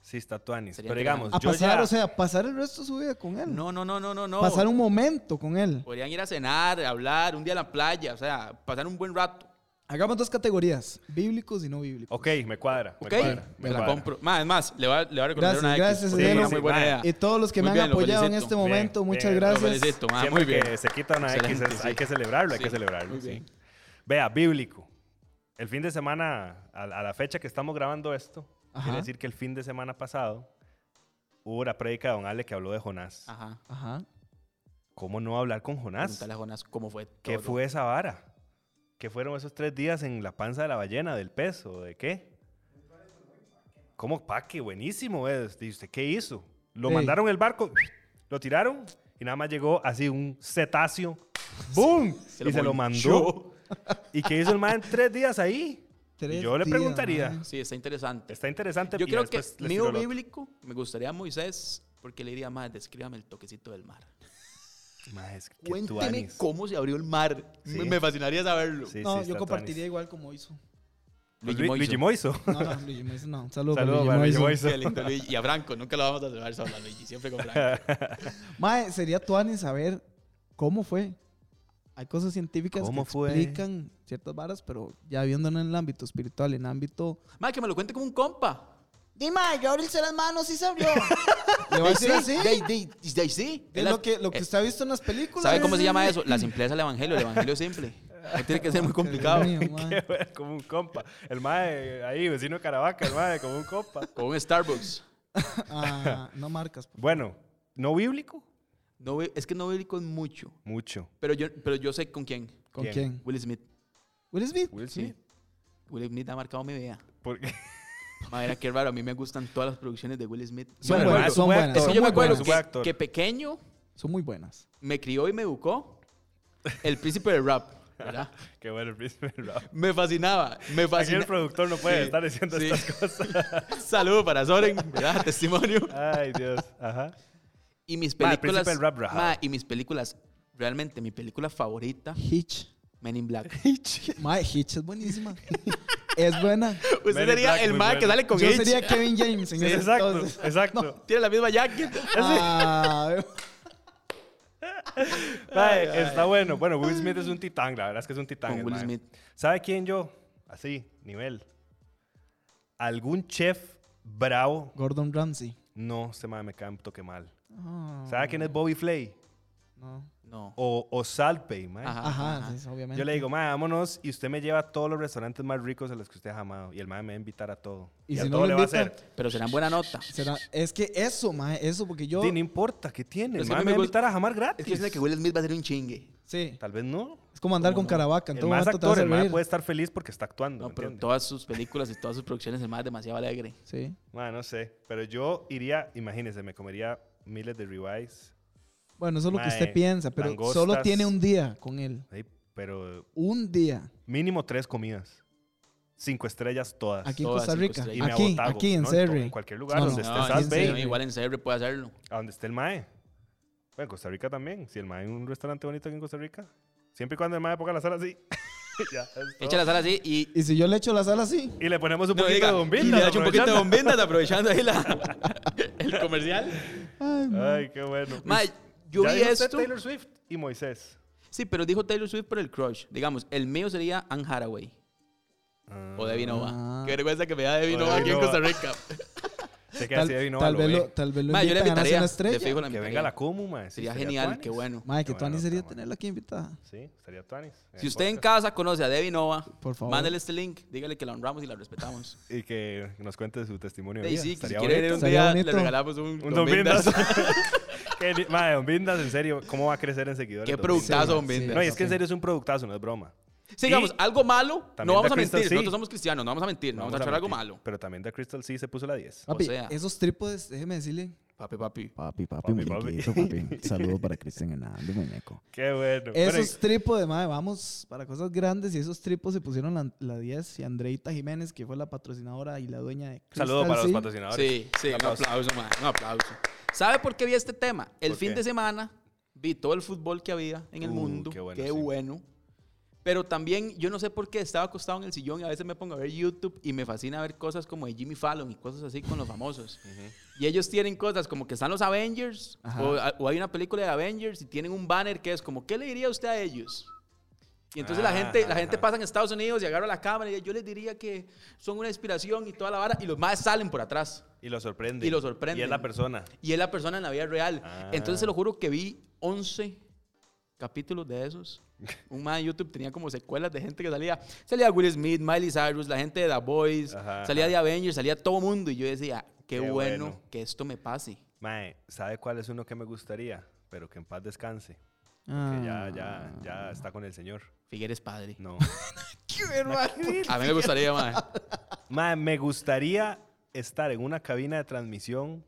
S3: sí, está tuanis.
S2: Sería
S3: Pero digamos,
S1: A
S3: Pues yo
S1: pasar,
S3: ya...
S1: o sea, pasar el resto de su vida con él.
S2: No, no, no, no, no. no.
S1: Pasar un momento con él.
S2: Podrían ir a cenar, a hablar, un día a la playa, o sea, pasar un buen rato.
S1: Hagamos dos categorías, bíblicos y no bíblicos.
S3: ok, me cuadra,
S2: Ok,
S3: me cuadra.
S2: me
S3: Me
S2: la
S3: cuadra.
S2: compro. Más, más, le va, le va a recordar
S1: Gracias,
S2: una X.
S1: gracias,
S2: Porque es
S1: Lelo.
S2: una muy buena
S3: Sí,
S2: idea.
S1: Y todos los que
S2: Muy
S1: me
S2: bien,
S1: han
S2: lo
S1: apoyado en
S2: felicito.
S1: este
S3: Bien,
S1: momento,
S3: bien,
S1: muchas
S3: lo
S2: Lo
S1: gracias.
S2: felicito, ma,
S3: Siempre
S2: muy bien.
S3: que se quita una X,
S2: Excelente,
S3: es-
S2: sí.
S3: hay que celebrarlo, hay
S2: Sí,
S3: que celebrarlo.
S2: muy
S3: sí.
S2: bien.
S3: Vea, bíblico. El fin de semana, a, a la fecha que estamos grabando esto,
S1: Ajá.
S3: quiere decir que el fin de semana pasado hubo una prédica de Don Ale que habló de Jonás.
S2: Ajá.
S1: Ajá.
S3: ¿Cómo no hablar con Jonás?
S2: Pregúntale a Jonás cómo fue
S3: ¿Qué
S2: todo.
S3: fue esa vara? ¿Qué fueron esos tres días en la panza de la ballena, del peso, de qué? ¿Cómo paque? Buenísimo es. ¿Y usted qué hizo? Lo
S1: Ey.
S3: mandaron el barco, lo tiraron y nada más llegó así un cetáceo. ¡Boom!
S2: se lo
S3: y se lo mandó.
S2: ponchó.
S3: ¿Y qué hizo el man en tres días ahí?
S1: Tres
S3: yo le
S1: días,
S3: preguntaría.
S1: mae.
S2: Sí, está interesante.
S3: Está interesante.
S2: Yo
S3: Este y
S2: creo que
S3: después les tiro
S2: mío
S3: el otro.
S2: bíblico me gustaría a Moisés porque le diría más, descríbame el toquecito del mar.
S3: Mae, es que qué
S2: Cuénteme
S3: tuanis.
S2: cómo se abrió el mar.
S3: Sí.
S2: Me- Me fascinaría saberlo.
S3: Sí, sí,
S1: No,
S3: está
S1: yo
S3: tuanis.
S1: compartiría igual como hizo.
S3: Luigi Moiso. Luigi Moiso.
S1: No, no, Luigi Moiso, no. Saludos
S3: Saludos
S1: Luigi
S3: para Luigi
S1: Moiso.
S3: Moiso.
S2: Qué lindo, Luigi. Y a Branco, nunca lo vamos a llevar solo a Luigi, siempre con Branco.
S1: Mae, sería tuani saber cómo fue. Hay cosas científicas
S3: ¿Cómo
S1: que
S3: fue?
S1: explican ciertas varas, pero ya viéndolo en el ámbito espiritual, en el ámbito...
S2: Más que me lo cuente como un compa.
S1: Dime, yo abrí las manos y se abrió. Le voy a decir así.
S2: De, de- de- de- sí. eh,
S1: Es lo que, lo que usted ha visto en las películas.
S2: ¿Sabe cómo se llama eso? La simpleza del evangelio, el evangelio simple. No tiene que ser muy complicado.
S1: Qué genio, mae.
S3: Qué bueno, como un compa. El mae ahí, vecino de Caravaca, el mae como un compa.
S2: Con un Starbucks.
S1: Ah, no marcas. por-
S3: Bueno, ¿no bíblico?
S2: No, vi- es que no bíblico es mucho.
S3: Mucho.
S2: Pero yo, pero yo sé con quién.
S1: ¿Con
S3: Bien.
S1: quién?
S2: Will Smith.
S1: Will Smith.
S3: Will
S2: Sí.
S3: Smith.
S2: Will Smith ha marcado mi vida.
S3: Porque
S2: Madre, qué raro. A mí me gustan todas las producciones de Will Smith.
S1: Son
S3: Bueno,
S1: buenas,
S3: es
S1: son
S3: un buen
S1: buenas.
S3: actor.
S2: Es
S1: Son
S2: que yo me
S1: muy
S2: acuerdo
S1: buenas.
S3: buen
S2: que,
S3: actor.
S2: que pequeño
S1: Son muy buenas.
S2: me crió y me educó el príncipe del rap, ¿verdad?
S3: Qué bueno el príncipe del rap.
S2: Me fascinaba, me
S3: Aquí el
S2: fascinaba.
S3: productor no puede
S2: Sí,
S3: estar diciendo
S2: sí.
S3: estas cosas.
S2: Saludo para Soren, ¿verdad? Testimonio.
S3: Ay, Dios. Ajá.
S2: Y mis
S3: Ma, el
S2: películas.
S3: príncipe del rap, Raja.
S2: ma, y mis películas, realmente mi película favorita,
S1: Hitch.
S2: Men in Black.
S1: Mae, Hitch es buenísima. es buena.
S2: Usted
S3: Men in
S2: sería
S3: Black,
S2: el
S3: muy
S2: mae que
S3: buena.
S2: sale con
S1: Yo
S2: Hitch.
S1: sería Kevin James en
S3: Sí,
S1: ese
S3: exacto,
S1: entonces.
S3: exacto.
S2: Tiene la misma jacket.
S1: Ah,
S3: Mae, está bueno. Bueno, Will Smith es un titán, la verdad es que es un titán.
S2: Con
S3: el
S2: Will
S3: mae.
S2: Smith.
S3: ¿Sabe quién yo? Así, nivel. ¿Algún chef bravo?
S1: Gordon Ramsay.
S3: No, se me cae un toque mal.
S1: Ah,
S3: ¿Sabe quién es Bobby Flay?
S1: no.
S2: No.
S3: O, o Salpey, mae.
S2: Ajá.
S1: Ajá, sí, obviamente.
S3: Yo le digo, mae, vámonos y usted me lleva a todos los restaurantes más ricos a los que usted ha amado. Y el mae me va a invitar a todo.
S1: Y
S3: Y,
S1: si
S3: a
S1: no
S3: todo
S1: lo
S3: le va a
S1: invita,
S3: hacer.
S2: Pero serán buena nota.
S1: Será- Es que eso, mae, eso, porque yo.
S3: Sí, no importa, ¿qué tiene?
S2: Es
S3: El
S2: que
S3: mae
S2: a mí
S3: me va
S2: me gusta-
S3: a invitar a jamar
S2: Es
S3: gratis.
S2: que dicen que Will Smith va a ser un chingue.
S1: Sí.
S3: Tal vez no.
S1: Es como andar
S2: ¿Cómo
S1: con
S2: no?
S1: Caravaca. En
S3: El
S1: todo
S3: más
S1: momento te vas
S3: actor,
S1: a
S3: el mae pues.
S1: reír.
S3: puede estar feliz porque está actuando.
S2: No,
S3: ¿me
S2: pero
S3: entiende?
S2: todas sus películas y todas sus producciones, el mae es demasiado alegre.
S1: Sí.
S3: Mae, no sé. Pero yo iría, imagínense, me comería miles de ribeyes.
S1: Bueno, eso es lo que
S3: Mae,
S1: usted piensa, pero
S3: langostas.
S1: solo tiene un día con él.
S3: Ey, Pero
S1: Un día.
S3: mínimo tres comidas. Cinko estrellas todas.
S1: Aquí en
S2: Todas
S1: Costa
S2: cinco
S1: Rica.
S2: estrellas.
S3: Y me
S1: Aquí,
S3: abotago,
S1: aquí en
S3: ¿no?
S1: Serri.
S3: En cualquier lugar
S1: No,
S3: donde
S1: no,
S3: esté
S2: No,
S1: Sal
S2: sí,
S1: Bay.
S2: no, igual en CR puede hacerlo.
S3: a donde esté el mae. Bueno, en Costa Rica también. Si el mae en un restaurante bonito aquí en Costa Rica. Siempre y cuando el mae ponga la sal así. Ya, es todo.
S2: Echa la sal así y.
S1: Y si yo le echo la sal así.
S3: Y le ponemos un
S2: No,
S3: poquito
S2: diga,
S3: de
S2: y
S3: bombita.
S2: le echa un poquito de bombitas aprovechando ahí la, el comercial.
S1: Ay,
S3: Ay, qué bueno.
S2: Ma,
S3: Uy,
S2: yo
S3: ya este?
S2: vi
S3: dijo usted
S2: esto.
S3: Taylor Swift y Moisés.
S2: Sí, pero dijo Taylor Swift por el crush. Digamos, el mío sería Anne Haraway o Debbie
S1: Ah.
S2: Nova. Qué vergüenza que me da Debbie
S3: O
S2: Nova
S3: Debbie
S2: aquí en
S3: Nova.
S2: Costa Rica.
S3: Sé que
S1: tal,
S3: así de
S1: tal vez lo,
S3: ve.
S1: tal vez lo
S2: Ma, yo le
S1: invitan a hacer
S2: invitaría.
S1: una
S2: de fijo
S1: estrella.
S2: la
S3: Que
S2: invitaría.
S3: venga la Comu, mae. Sí,
S2: Sería
S3: estaría
S2: genial,
S3: tuanis.
S2: qué bueno.
S1: Mae, que
S3: Qué
S1: Tuani
S3: bueno,
S1: sería
S3: está, mae.
S1: tenerla aquí invitada.
S3: Sí, estaría Tuanis. en
S2: Si
S3: el
S2: usted en
S3: podcast.
S2: casa conoce a Debbie Nova,
S1: Por favor.
S2: mándele este link. Dígale que la honramos y la respetamos.
S3: Y que nos cuente su testimonio. de
S2: Y
S3: vida,
S2: sí, que si
S3: estaría
S2: quiere venir
S3: bonito.
S2: un
S1: Estaría
S2: día, le
S1: bonito.
S2: regalamos un,
S3: Un
S2: Don
S3: Don
S2: Vindas.
S3: Vindas. Que ni- Mae, Don Vindas, en serio, ¿cómo va a crecer en seguidores?
S2: Qué
S3: Don Vindas?
S2: productazo,
S1: Sí,
S2: Don
S1: sí.
S2: Vindas.
S3: No, y es que en
S1: Ok.
S3: serio es un productazo, no es broma.
S2: Sí, digamos,
S3: Y
S2: algo malo, no
S3: también
S2: vamos
S3: de
S2: a mentir.
S3: Crystal, sí.
S2: Nosotros somos cristianos, no vamos a mentir, no, vamos a echar algo
S3: mentir.
S2: malo.
S3: Pero también de Crystal sí se puso la 10.
S1: Papi,
S2: sea.
S1: esos trípodes, déjeme decirle.
S2: Papi, papi.
S4: Papi, papi,
S3: Papi,
S4: muñequito,
S3: papi.
S4: papi. Saludo para Cristian Hernández, muñeco.
S3: Qué bueno. Bueno,
S1: Esos trípodes, mae, vamos para cosas grandes. Y esos tripos se pusieron la, la 10. Y Andreita Jiménez, que fue la patrocinadora y la dueña de
S3: y-
S1: Crystal
S3: saludo para los
S1: Seal.
S3: patrocinadores.
S2: Sí, sí, un
S3: aplauso.
S2: aplauso, man, un aplauso. ¿Sabe por qué vi este tema? El
S3: ¿Por
S2: fin
S3: qué?
S2: de semana vi todo el fútbol que había en el
S3: Uh,
S2: mundo. Qué
S3: qué
S2: bueno.
S3: bueno, sí.
S2: Pero también, yo no sé por qué estaba acostado en el sillón y a veces me pongo a ver YouTube y me fascina ver cosas como de Jimmy Fallon y cosas así con los famosos. Y ellos tienen cosas como que están los Avengers
S1: Ajá.
S2: o, a- o hay una película de Avengers y tienen un banner que es como, ¿qué le diría usted a ellos? Y entonces la gente, la
S3: Ajá.
S2: gente pasa en Estados Unidos y agarra la cámara y yo les diría que son una inspiración y toda la vara y los más salen por atrás.
S3: Y lo sorprende.
S2: Y lo sorprenden.
S3: Y es la persona.
S2: Y es la persona en la vida real.
S3: Ah.
S2: Entonces se lo juro que vi 11 capítulos de esos. Un man en YouTube tenía como secuelas de gente que salía. Salía Will Smith, Miley Cyrus, la gente de The Boys,
S3: Ajá,
S2: salía
S3: ajá.
S2: de Avengers, salía todo mundo. Y yo decía, qué,
S3: Qué
S2: bueno,
S3: bueno.
S2: que esto me pase.
S3: Mae, ¿sabe cuál es uno que me gustaría? Pero que en paz descanse. Que
S1: Ah,
S3: ya, ya, ya está con el señor.
S2: Figueres padre.
S3: No.
S2: A mí me gustaría más.
S3: Mae, me gustaría estar en una cabina de transmisión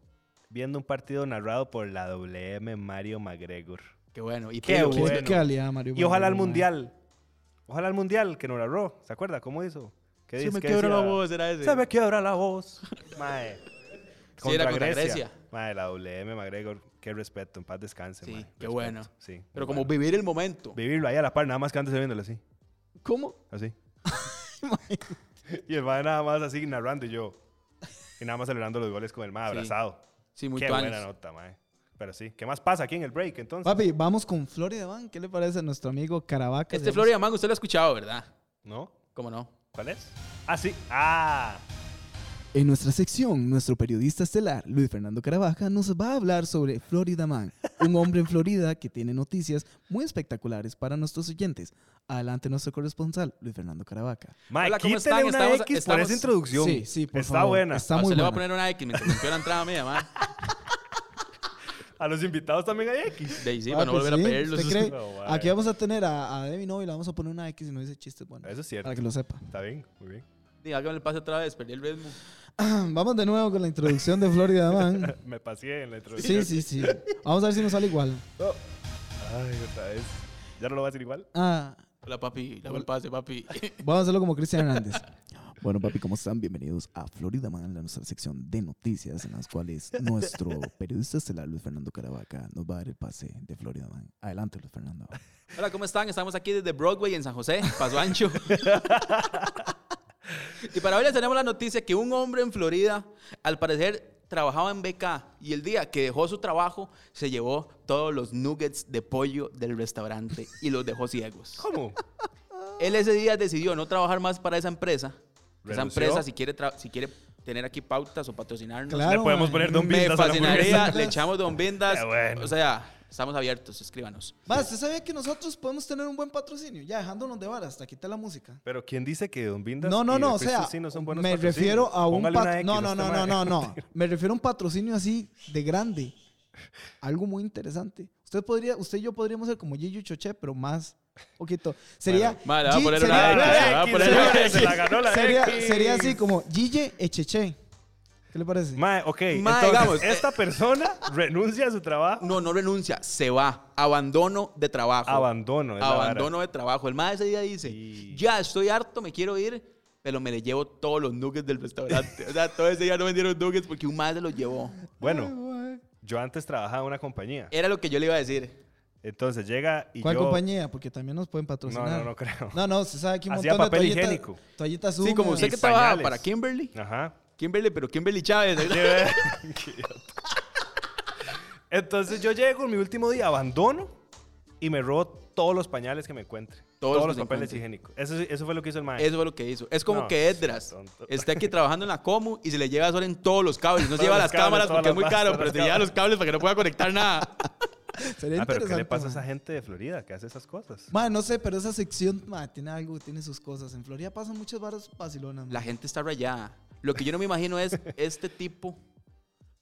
S3: viendo un partido narrado por la WM Mario McGregor.
S2: Qué bueno. Y
S3: Qué
S2: Pilo,
S1: Qué
S2: que-
S3: bueno.
S1: calidad, Mario.
S3: Y ojalá al
S1: mae.
S3: mundial. Ojalá al mundial que nos narró. ¿Se acuerda cómo hizo? ¿Qué
S2: Se
S3: dice-
S2: me
S3: qué
S2: quebró la
S3: decía?
S2: voz, era ese.
S3: Se me quiebra la voz. Mae.
S2: era contra Grecia.
S3: Mae, la WM McGregor. Qué respeto. En paz descanse,
S2: Sí,
S3: mae.
S2: qué
S3: Respeto.
S2: bueno.
S3: Sí. muy
S2: Pero como
S3: bueno.
S2: vivir el momento.
S3: Vivirlo ahí a la par, nada más que antes de viéndolo así.
S1: ¿Cómo?
S3: Así. y el mae nada más así narrando y yo. Y nada más celebrando los goles con el mae
S2: Sí.
S3: abrazado.
S2: Sí, muy
S3: Qué
S2: tuanis.
S3: buena nota, mae. Pero sí. ¿Qué más pasa aquí en el break entonces?
S1: Papi, vamos con Florida Van. ¿Qué le parece a nuestro amigo Caravaca?
S2: Este Florida Man, usted lo ha escuchado, ¿verdad?
S3: ¿No?
S2: ¿Cómo no?
S3: ¿Cuál es? Ah, sí. Ah.
S4: En nuestra sección, nuestro periodista estelar, Luis Fernando Caravaca, nos va a hablar sobre Florida Man, un hombre en Florida que tiene noticias muy espectaculares para nuestros oyentes.
S1: Adelante nuestro corresponsal, Luis Fernando Caravaca.
S3: Mae,
S2: Hola, ¿cómo
S3: quítele
S2: están?
S3: una
S2: Estamos-
S3: X por
S2: estamos-
S3: esa introducción.
S1: Sí, sí, por
S3: Está
S1: favor.
S3: buena.
S1: Está
S2: A
S1: muy
S2: usted Ah, le voy a
S1: buena.
S2: poner una X mientras rompió la entrada mía, man.
S3: A los invitados también hay X.
S2: De ahí sí,
S4: Ah,
S2: para no
S4: pues
S2: volver a
S4: sí,
S2: pedirlos.
S4: ¿usted cree?
S3: No, vale.
S4: Aquí vamos a tener a, a Debbie Novi, le vamos a poner una X y no dice chistes buenos.
S3: Eso es cierto.
S4: Para que lo sepa.
S3: Está bien, muy bien.
S2: Sí, hágame el pase otra vez, perdí el ritmo.
S4: Vamos de nuevo con la introducción de Florida Man.
S3: Me pasé en la
S4: Sí,
S3: introducción.
S4: sí, sí. Vamos a ver si nos sale igual.
S3: Ay, otra vez. ¿Ya no lo va a decir igual?
S4: Ah,
S2: Hola, papi. Dame el pase, papi.
S4: vamos a hacerlo como Cristian Hernández.
S1: Bueno, papi, ¿cómo están? Bienvenidos a Florida Man, la nuestra sección de noticias en las cuales nuestro periodista estelar Luis Fernando Caravaca nos va a dar el pase de Florida Man. Adelante, Luis Fernando.
S2: Hola, ¿cómo están? Estamos aquí desde Broadway en San José, Paso Ancho. y para hoy les tenemos la noticia que un hombre en Florida, al parecer, trabajaba en BK y el día que dejó su trabajo, se llevó todos los nuggets de pollo del restaurante y los dejó ciegos.
S3: ¿Cómo?
S2: Él ese día decidió no trabajar más para esa empresa. que Esa
S3: Renunció.
S2: empresa, si quiere, tra- si quiere tener aquí pautas o patrocinarnos,
S4: Claro,
S3: Le podemos
S4: mae.
S3: poner Don
S2: me
S3: Vindas a la hamburguesa.
S2: fascinaría. Le echamos Don Bindas.
S3: Qué bueno.
S2: O sea, estamos abiertos, escríbanos.
S4: Más, ¿usted sabía que nosotros podemos tener un buen patrocinio? Ya, dejándonos de varas, hasta quita la música.
S3: Pero ¿quién dice que Don Vindas
S4: No, no,
S3: y
S4: no, o
S3: Refrescos
S4: sea,
S3: sí no son buenos
S4: me
S3: patrocinios?
S4: refiero a un
S3: Póngale una
S4: pat-
S3: X,
S4: No, no,
S3: este
S4: no,
S3: mae.
S4: no, no, no. Me refiero a un patrocinio así de grande. Algo muy interesante. Usted podría, usted y yo podríamos ser como Gillo y Choché, pero más poquito. Sería
S2: Vale, va a
S4: Gi-
S2: poner
S4: sería-
S2: una X,
S3: Ah,
S4: vea,
S2: va a
S3: X,
S2: poner
S3: sería-
S2: una X.
S3: Se la ganó la
S4: sería,
S3: X.
S4: sería así como Gille Echeche. ¿Qué le parece?
S3: Mae, ok,
S2: Mae,
S3: entonces,
S2: digamos, eh,
S3: esta persona renuncia a su trabajo.
S2: No, no renuncia, se va. Abandono de trabajo.
S3: Abandono, es la vara.
S2: Abandono de trabajo. El más ese día dice,
S3: Sí.
S2: ya estoy harto, me quiero ir, pero me le llevo todos los nuggets del restaurante. o sea, todo ese día no vendieron nuggets porque un más se los llevó.
S3: Bueno, yo antes trabajaba en una compañía.
S2: Era lo que yo le iba a decir.
S3: Entonces llega y
S4: ¿Cuál
S3: yo...
S4: compañía? Porque también nos pueden patrocinar.
S3: No, no, no creo.
S4: No, no, se sabe aquí un
S3: Hacía
S4: montón
S3: papel
S4: de toallitas,
S3: higiénico.
S4: toallitas
S2: Sí, como
S4: húmedas.
S2: usted que
S3: Y
S2: trabaja
S3: pañales.
S2: para Kimberly.
S3: Ajá.
S2: Kimberly, pero Kimberly Chávez.
S3: Entonces yo llego en mi último día, abandono y me robo todos los pañales que me encuentre.
S2: Todos
S3: Todos,
S2: los
S3: los
S2: que te
S3: papeles
S2: encuentre.
S3: higiénicos. Eso, eso fue lo que hizo el maestro.
S2: Eso fue lo que hizo. Es como
S3: No,
S2: que
S3: sea
S2: Edras
S3: tonto.
S2: está aquí trabajando en la Comu y se le lleva sol en todos los cables. No se
S3: Todos
S2: lleva
S3: los
S2: las
S3: cables,
S2: cámaras
S3: todas
S2: porque es
S3: las
S2: muy
S3: bases,
S2: caro,
S3: todas
S2: pero
S3: las
S2: se lleva
S3: cámaras.
S2: los cables para que no pueda conectar nada.
S4: Sería
S3: Ah, pero ¿qué le
S4: interesante,
S3: pasa a
S4: ma.
S3: esa gente de Florida que hace esas cosas?
S4: Ma, no sé, pero esa sección ma, tiene algo, tiene sus cosas. En Florida pasan muchas barras vacilonas. ma.
S2: La gente está rayada. Lo que yo no me imagino es este tipo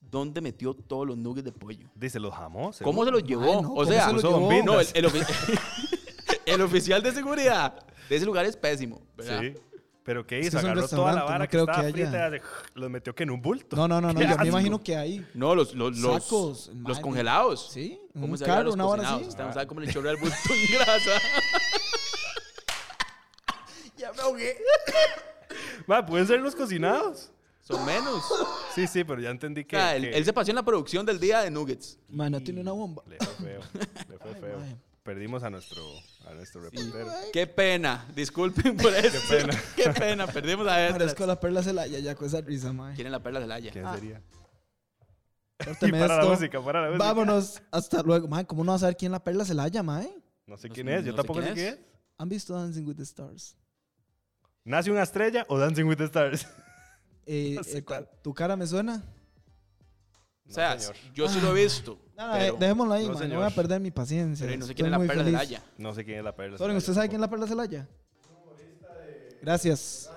S2: dónde metió todos los nuggets de pollo.
S3: Dice, los jamó. seguro.
S2: ¿Cómo se los llevó?
S4: Ah, no,
S2: o
S4: ¿cómo
S2: sea,
S4: se los
S2: no,
S4: llevó?
S2: no, el, el ofi- el oficial de seguridad de ese lugar es pésimo. ¿verdad?
S3: Sí. ¿Pero qué
S4: Es que
S3: hizo?
S4: es un
S3: Agarró toda la
S4: restaurante,
S3: vara
S4: no
S3: que
S4: creo
S3: estaba
S4: que haya.
S3: frita y hace, los metió que en un bulto.
S4: No, no, no, no.
S3: Qué
S4: Yo me
S3: asco.
S4: imagino que ahí.
S2: No, los, los, los,
S4: Sacos,
S2: los
S4: madre.
S2: congelados.
S4: Sí, en
S2: ¿Cómo
S4: un
S2: se llaman
S4: carro,
S2: los
S4: una hora
S2: cocinados?
S4: así.
S2: Usted no sabe cómo le chorrea el bulto de grasa.
S4: Ya me ahogué.
S3: Ma, pueden ser los cocinados.
S2: Son menos.
S3: Sí, sí, pero ya entendí que.
S2: O sea, él,
S3: que-
S2: él Ah, se pasó en la producción del día de Nuggets.
S4: Ma, no tiene una bomba.
S3: Le fue feo. Le fue feo.
S4: mae.
S3: Perdimos a nuestro, a nuestro reportero.
S2: Qué pena. Disculpen por eso. Qué pena.
S3: pena.
S2: Perdimos a Edras.
S4: Parezco la perla Celaya ya con esa risa, ma.
S2: Quieren la perla de Laya.
S3: ¿Quién sería? Y
S4: Córteme
S3: para la
S4: esto.
S3: música, para la música.
S4: Vámonos. Hasta luego. Ma, ¿cómo no vas a saber quién la perla Celaya, ma? eh?
S3: No sé
S2: No
S3: quién
S2: sé-
S3: es, yo
S2: no sé
S3: tampoco
S2: quién
S3: sé quién
S2: es.
S3: es.
S4: ¿Han visto Dancing with the Stars?
S3: ¿Nace una estrella o Dancing with the Stars?
S4: Eh,
S3: No sé
S4: eh,
S3: cuál.
S4: ¿Tu cara me suena?
S2: O sea, yo sí lo he visto.
S4: No,
S2: pero,
S4: eh, dejémoslo ahí,
S3: no,
S4: ma. No
S3: señor.
S4: voy a perder mi paciencia.
S2: pero no sé
S4: Estoy
S2: quién es la
S4: muy
S2: perla de
S4: feliz.
S2: Laya.
S3: No sé quién es la perla.
S4: Soren, ¿usted sabe quién es la perla Celaya? Gracias.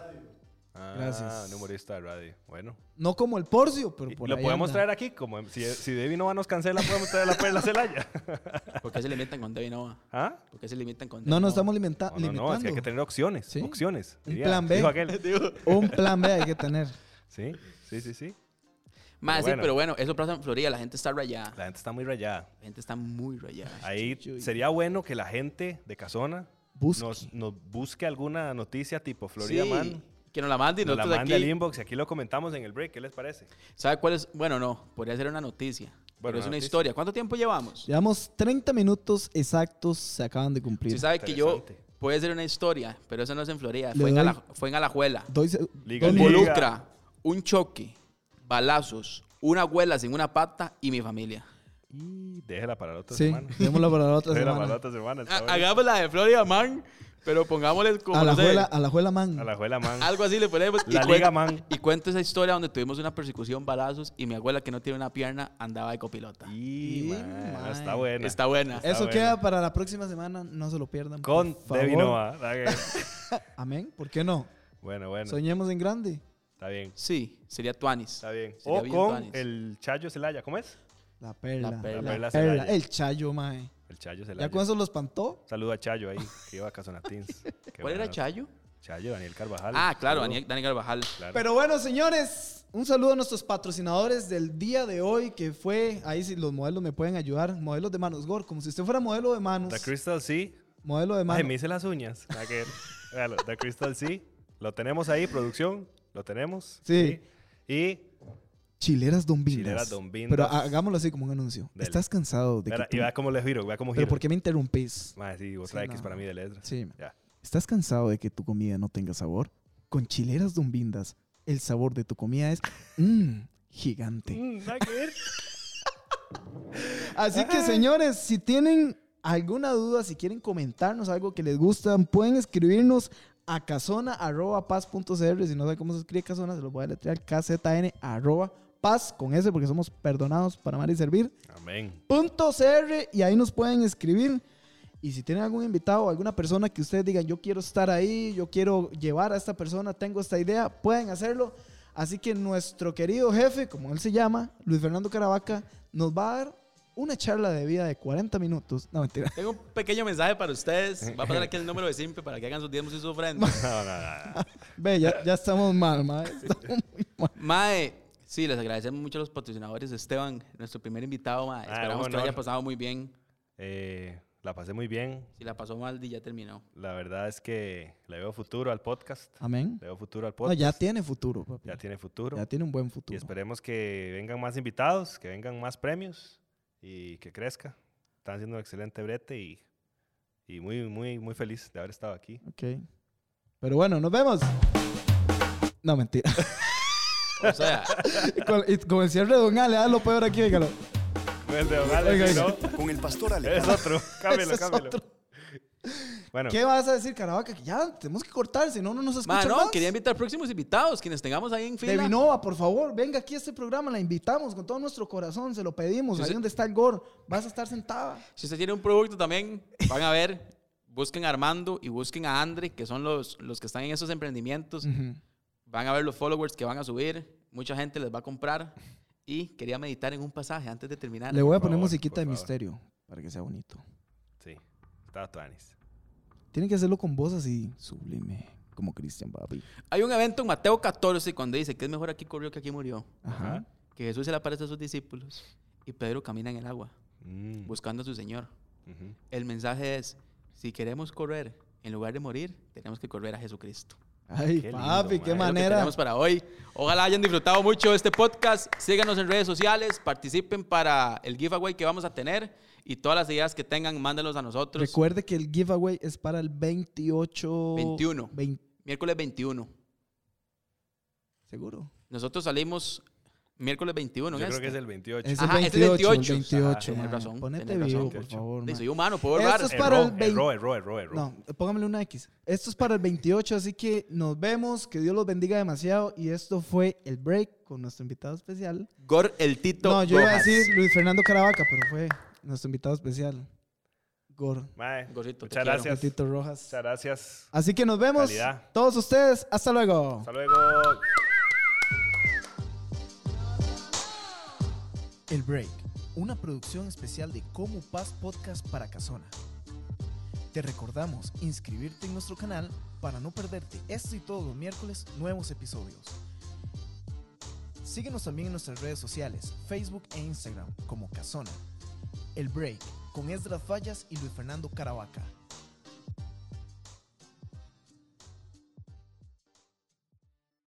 S3: Ah,
S4: Gracias.
S3: un humorista de radio. Bueno.
S4: No como el Porcio, pero
S3: Y
S4: por
S3: lo
S4: ahí
S3: podemos
S4: anda.
S3: traer aquí, como si, si Debbie Nova nos cancela, podemos traer a la perla Celaya.
S2: ¿Por qué se limitan con Debbie Nova?
S3: ¿Ah?
S2: ¿Por qué se limitan con
S4: No,
S2: Debbie
S4: no
S2: Nova?
S4: estamos limita-
S3: No, no,
S4: Ah, limitando.
S3: no, es que hay que tener opciones.
S4: Sí.
S3: Opciones.
S4: Un
S3: diría-
S4: plan B.
S3: dijo aquel.
S4: Un plan B hay que tener.
S3: Sí, sí, sí, sí.
S2: Más
S3: Pero
S2: sí,
S3: bueno.
S2: pero bueno, eso pasa en Florida. La gente está rayada.
S3: La gente está muy rayada.
S2: La gente está muy rayada.
S3: Ahí sería bueno que la gente de Casona
S4: Busque.
S3: Nos, nos busque alguna noticia tipo Florida
S2: Sí,
S3: Man.
S2: Que nos la mande y
S3: Nos la
S2: nosotros
S3: mande al
S2: aquí.
S3: inbox y aquí lo comentamos en el break. ¿Qué les parece?
S2: ¿Sabe cuál es? Bueno, no. Podría ser una noticia. pero
S3: Bueno,
S2: es una
S3: noticia.
S2: historia. ¿Cuánto tiempo llevamos?
S4: Llevamos 30 minutos exactos, se acaban de
S2: Si
S4: cumplir.
S2: sabe que yo
S3: Interesante.
S2: puede ser una historia, pero eso no es en Florida,
S4: Le
S2: fue en,
S4: doy.
S2: Ala- fue en Alajuela.
S4: Doy se-
S3: Liga,
S4: doy mi-
S3: liga.
S2: Involucra un choque, balazos, una abuela sin una pata y mi familia.
S3: Y déjela para la otra
S4: Sí,
S3: semana.
S4: démosla para la otra
S3: Déjela para la
S4: semana.
S3: otra semana. está bueno.
S2: Ah, Hagamos la de Florida Man, pero pongámosle como
S4: A la
S2: no sé,
S4: juela, a la juela man.
S3: A la juela man.
S2: algo así le ponemos.
S3: La
S2: cuen-
S3: liga man.
S2: y cuento esa historia donde tuvimos una persecución, balazos, y mi abuela que no tiene una pierna andaba de copilota.
S4: Y,
S3: Y, man,
S4: man.
S3: está buena.
S2: Está buena.
S3: Está
S4: Eso
S3: Ah, bueno.
S4: queda para la próxima semana, no se lo pierdan. por
S3: Con
S4: favor.
S3: Debbie Noah.
S4: Amén, ¿por qué no?
S3: Bueno, bueno.
S4: Soñemos en grande.
S3: Está bien.
S2: Sí, sería Tuanis.
S3: Está bien.
S2: Sería
S3: O
S2: bien
S3: con
S2: tuanis.
S3: el Chayo Celaya. ¿Cómo es?
S4: La perla.
S2: La perla.
S4: la
S3: La
S4: perla,
S3: perla Celaya.
S4: El chayo, mae.
S3: El Chayo
S4: Ya
S3: Celaya.
S4: con eso lo espantó.
S3: Saludo a Chayo ahí, que iba a Casonatins. Qué
S2: ¿Cuál era
S3: bueno.
S2: Chayo?
S3: Chayo, Daniel Carvajal.
S2: Ah, claro,
S3: Saludo.
S2: Dani, Dani Carvajal.
S3: Claro.
S4: Pero bueno, señores, un saludo a nuestros patrocinadores del día de hoy, que fue, ahí si los modelos me pueden ayudar, modelos de manos, Gor, como si usted fuera modelo de manos.
S3: The Crystal sí.
S4: Modelo de
S3: Ay,
S4: manos.
S3: me hice las uñas. Nada que ver. Véalo, The Crystal sí. Lo tenemos ahí, producción. Lo tenemos.
S4: Sí.
S3: Y
S4: Chileras Don Bindas.
S3: Chileras Don Bindas.
S4: Pero hagámoslo así como un anuncio.
S3: Dele.
S1: ¿Estás cansado de que
S3: vea,
S1: tu-
S3: y vea cómo les giro, vea cómo
S4: Pero
S3: giro.
S4: ¿por qué me interrumpís?
S3: Mae, sí, otra
S4: Sí,
S3: X
S4: no.
S3: para mí de letras.
S4: Sí.
S3: Ya.
S1: ¿Estás cansado de que tu comida no tenga sabor? Con chileras Dumbindas, el sabor de tu comida es
S4: mm,
S1: mmm, gigante.
S3: Mm, nada que ver.
S4: Así que, señores, si tienen alguna duda, si quieren comentarnos algo que les gusta, pueden escribirnos a casona.paz.cr. Si no saben cómo se escribe casona, se los voy a letrear kzn arroba paz con S porque somos perdonados para amar y servir.
S3: Amén.
S4: punto .cr y ahí nos pueden escribir. Y si tienen algún invitado o alguna persona que ustedes digan, yo quiero estar ahí, yo quiero llevar a esta persona, tengo esta idea, pueden hacerlo. Así que nuestro querido jefe, como él se llama, Luis Fernando Caravaca, nos va a dar una charla de vida de 40 minutos. No, mentira.
S2: Tengo un pequeño mensaje para ustedes. Va a pasar aquí el número de Simple para que hagan sus diezmos y sus ofrendas.
S3: No, no, no, no.
S4: Ve, ya, ya estamos mal, ma. Estamos muy mal.
S2: Mae, sí, les agradecemos mucho a los patrocinadores. Esteban, nuestro primer invitado, mae.
S3: Ah,
S2: Esperamos que
S3: un
S2: lo haya
S3: honor.
S2: pasado muy bien.
S3: Eh, la pasé muy bien.
S2: Si la pasó mal, di, ya terminó.
S3: La verdad es que le veo futuro al podcast.
S4: Amén.
S3: Le veo futuro al
S4: Ah. No,
S3: podcast.
S4: ya tiene futuro, papi.
S3: ya tiene futuro.
S4: Ya tiene un buen
S3: Y
S4: futuro.
S3: esperemos que vengan más invitados, que vengan más premios y que crezca. Están haciendo un excelente brete y, y muy, muy, muy feliz de haber estado aquí.
S4: Ok. Pero bueno, nos vemos. No, mentira.
S2: O sea,
S4: Y con, y con el cierre de Don Ale, ah, lo peor aquí, dígalo.
S3: No es de Don Alex,
S4: Oiga,
S3: sino
S5: Con el pastor
S3: es
S5: Alejandro.
S3: otro. Cámbialo,
S4: Ese es
S3: cámbialo.
S4: otro.
S3: Bueno,
S4: ¿Qué vas a decir, Caravaca? Que ya tenemos que cortar, si no, no nos escuchan
S2: mae, no,
S4: más.
S2: quería invitar próximos invitados, quienes tengamos ahí en
S4: De
S2: fila.
S4: Vinova, por favor, venga aquí a este programa, la invitamos con todo nuestro corazón, se lo pedimos.
S2: Sí,
S4: Ahí
S2: sí.
S4: donde está el gore, vas a estar sentada.
S2: Si usted tiene un producto también, van a ver. Busquen a Armando y busquen a Andre, que son los, los que están en esos emprendimientos. Van a ver los followers que van a subir. Mucha gente les va a comprar. Y quería meditar en un pasaje antes de terminar.
S1: Le voy a
S3: Por
S1: poner
S3: favor,
S1: musiquita
S3: por
S1: de
S3: favor.
S1: misterio para que sea bonito.
S3: sí, estaba Tuanis.
S1: Tienen que hacerlo con voz así, sublime, como Christian Babi.
S2: Hay un evento en Mateo 14 cuando dice que es mejor aquí corrió que aquí murió.
S1: Ajá.
S3: Ajá.
S2: Que Jesús se le aparece a sus discípulos y Pedro camina en el agua
S3: Mm,
S5: Pues,
S2: buscando a su Señor.
S3: ujú.
S2: El mensaje es, si queremos correr, en lugar de morir, tenemos que correr a Jesucristo.
S4: Ay,
S3: Qué
S4: papi,
S3: lindo,
S4: qué
S2: Es lo que
S3: madre.
S4: manera.
S2: tenemos para hoy. Ojalá hayan disfrutado mucho este podcast. Síganos en redes sociales, participen para el giveaway que vamos a tener y todas las ideas que tengan, mándenlos a nosotros.
S4: Recuerde que el giveaway es para el 28...
S2: 21.
S4: 20
S2: miércoles 21.
S4: ¿Seguro?
S2: Nosotros salimos miércoles 21.
S3: Yo
S2: en
S3: creo
S2: este.
S3: que es el 28.
S4: Es
S2: Ajá,
S4: el
S2: es el
S4: 28.
S2: 28.
S4: el 28,
S2: Ajá,
S4: man.
S2: tenés razón,
S4: Ponete
S2: tenés
S4: vivo,
S2: razón.
S4: por favor,
S2: Sí,
S4: man.
S2: Soy humano, puedo
S4: Esto
S2: errar.
S4: es
S3: Erró,
S4: para el vein-
S3: Ah, erró, erró, erró, erró.
S4: No, póngamele una X. Esto es para el 28, así que nos vemos. Que Dios los bendiga demasiado. Y esto fue el break con nuestro invitado especial.
S2: Gor el Tito.
S4: No, yo iba a
S2: Rojas.
S4: decir Luis Fernando Caravaca, pero fue nuestro invitado especial. Gor,
S3: Mae,
S2: Gorrito, te
S3: muchas
S2: quiero.
S3: gracias. Muchas
S4: Tito Rojas.
S3: gracias.
S4: Así que nos vemos.
S3: Calidad.
S4: Todos ustedes, hasta luego.
S3: Hasta luego.
S1: El break.
S4: Una producción especial de Como Paz Podcast para Casona. Te recordamos inscribirte en nuestro canal para no perderte este y todos los miércoles nuevos episodios. Síguenos también en nuestras redes sociales, Facebook e Instagram como Casona. El Break con Esdras Fallas y Luis Fernando Caravaca.